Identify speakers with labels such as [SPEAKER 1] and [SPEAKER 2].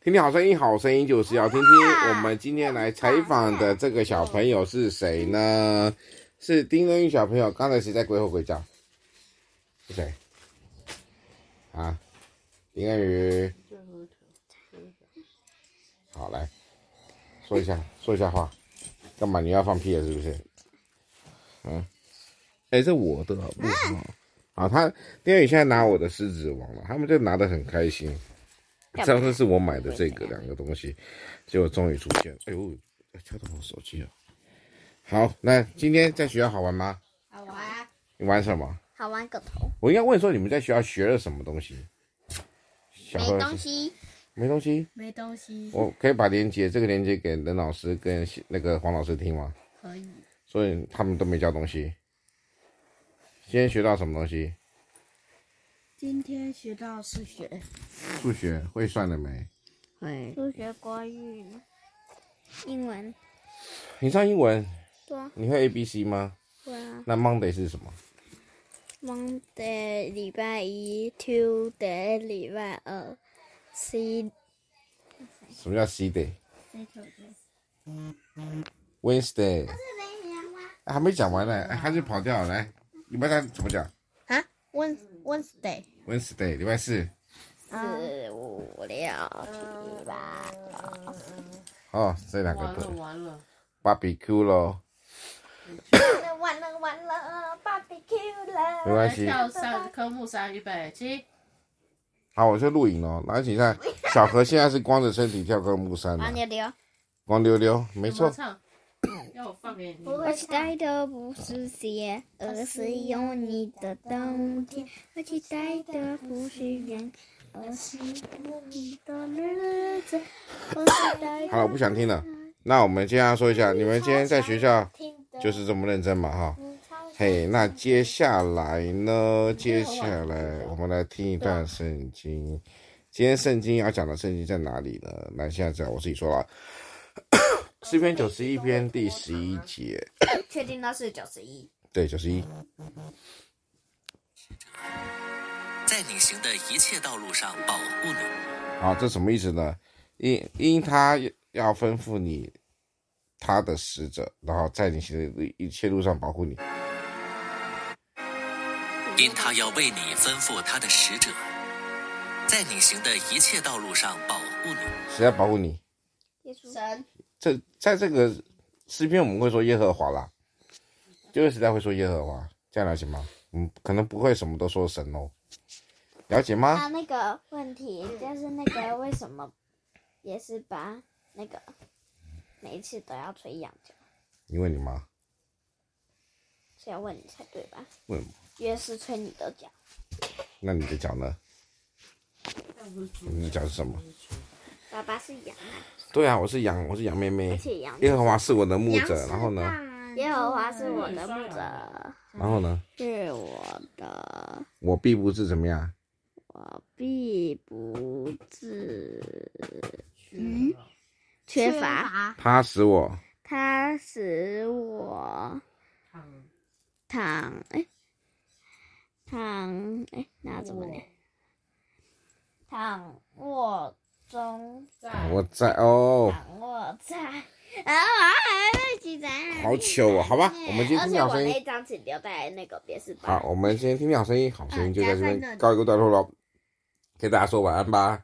[SPEAKER 1] 听听好声音，好声音就是要听听。我们今天来采访的这个小朋友是谁呢？是丁仁宇小朋友。刚才谁在鬼吼鬼叫？是谁？啊，丁仁宇。好，来说一下，说一下话。干嘛？你要放屁了是不是？嗯。哎，这我的好不好？啊，他丁仁宇现在拿我的狮子王了，他们就拿的很开心。上次是我买的这个两个东西，结果终于出现了。哎呦，敲到我手机了。好，那今天在学校好玩吗？
[SPEAKER 2] 好玩，
[SPEAKER 1] 你玩什么？
[SPEAKER 2] 好玩个头，
[SPEAKER 1] 我应该问说你们在学校学了什么东西？小
[SPEAKER 2] 没
[SPEAKER 1] 何
[SPEAKER 2] 东西，
[SPEAKER 1] 没东西，
[SPEAKER 3] 没东西，
[SPEAKER 1] 我可以把链接这个链接给任老师跟那个黄老师听吗？
[SPEAKER 3] 可以。
[SPEAKER 1] 所以他们都没教东西。今天学到什么东西？
[SPEAKER 3] 今天学到数学，
[SPEAKER 1] 数学会算了没？
[SPEAKER 3] 会
[SPEAKER 2] 数学、国语、英文，
[SPEAKER 1] 你上英文，
[SPEAKER 2] 对啊，
[SPEAKER 1] 你会 A B C 吗？
[SPEAKER 2] 对啊。
[SPEAKER 1] 那 Monday 是什么？
[SPEAKER 2] Monday 礼拜一，Tuesday 礼拜二，C
[SPEAKER 1] 什么叫 C Day？
[SPEAKER 3] 追求的
[SPEAKER 1] Wednesday。还没讲完呢，哎，他就跑掉了。来，礼拜三怎么讲
[SPEAKER 2] 啊，Wed Wednesday
[SPEAKER 1] ？Wednesday，礼拜四。
[SPEAKER 2] 四五六七八，
[SPEAKER 1] 哦，这两个
[SPEAKER 4] 完了
[SPEAKER 1] 不
[SPEAKER 4] 完了，
[SPEAKER 1] ，barbecue 咯，
[SPEAKER 2] 完了完了，barbecue 了
[SPEAKER 1] 没关系。
[SPEAKER 4] 跳三科目三，预备起，
[SPEAKER 1] 好，我去录影咯。然后你看，小何现在是光着身体跳科目三
[SPEAKER 2] 啊，
[SPEAKER 1] 了，
[SPEAKER 2] 牛牛，
[SPEAKER 1] 光溜溜，没
[SPEAKER 4] 有有
[SPEAKER 1] 错。
[SPEAKER 4] 唱，要我放给你。
[SPEAKER 2] 我期待的不是鞋，而是有你的冬天；我期待的不是人，而是有你的日子。我期待
[SPEAKER 1] 好了，我不想听了。那我们接下来说一下，你们今天在学校啊就是这么认真嘛，哈。嘿，那接下来呢？接下来我们来听一段圣经。今天圣经要讲的圣经在哪里呢？来，现在讲我自己说 了，诗篇九十一篇第十一节，
[SPEAKER 2] 确定那是九十一。
[SPEAKER 1] 对，九十一。
[SPEAKER 5] 在你行的一切道路上保护你。
[SPEAKER 1] 啊，这什么意思呢？因因他要吩咐你他的使者，然后在你行的一切路上保护你。
[SPEAKER 5] 因他要为你吩咐他的使者，在你行的一切道路上保护你。
[SPEAKER 1] 谁在保护你？
[SPEAKER 2] 神
[SPEAKER 1] 这在这个诗篇我们会说耶和华啦，这个时代会说耶和华，这样了解吗？嗯，可能不会什么都说神哦，了解吗？
[SPEAKER 2] 他啊那个问题就是那个为什么也是把那个每一次都要吹羊角，
[SPEAKER 1] 你问你妈，
[SPEAKER 2] 是要问你才对吧？
[SPEAKER 1] 问我
[SPEAKER 2] 越是吹你的脚，
[SPEAKER 1] 那你的脚呢？你的脚是什么？
[SPEAKER 2] 爸爸是羊啊，
[SPEAKER 1] 对啊，我是羊，我是羊妹妹
[SPEAKER 2] 而，且羊
[SPEAKER 1] 耶和华是我的牧者，然后呢？
[SPEAKER 2] 耶和华是我的牧者。
[SPEAKER 1] 然后呢？
[SPEAKER 2] 是我的，
[SPEAKER 1] 我必不是怎么样？
[SPEAKER 2] 我必不至
[SPEAKER 4] 嗯，
[SPEAKER 2] 缺乏。
[SPEAKER 1] 他使我
[SPEAKER 2] 它使我躺，哎，躺，哎，那怎么念？躺卧中，
[SPEAKER 4] 在
[SPEAKER 1] 啊我在哦，
[SPEAKER 2] 躺卧在，啊，我还没记载。
[SPEAKER 1] 好糗啊！好吧，我们今天
[SPEAKER 2] 而
[SPEAKER 1] 听
[SPEAKER 2] 且
[SPEAKER 1] 好
[SPEAKER 2] 哦我
[SPEAKER 1] 声
[SPEAKER 2] 那
[SPEAKER 1] 音。
[SPEAKER 2] 一张纸留在那个别是吧？
[SPEAKER 1] 好，我们今天听好声音，好声音就在这
[SPEAKER 3] 嗯加分
[SPEAKER 1] 边
[SPEAKER 3] 的
[SPEAKER 1] 告一个段落喽，跟大家说晚安吧，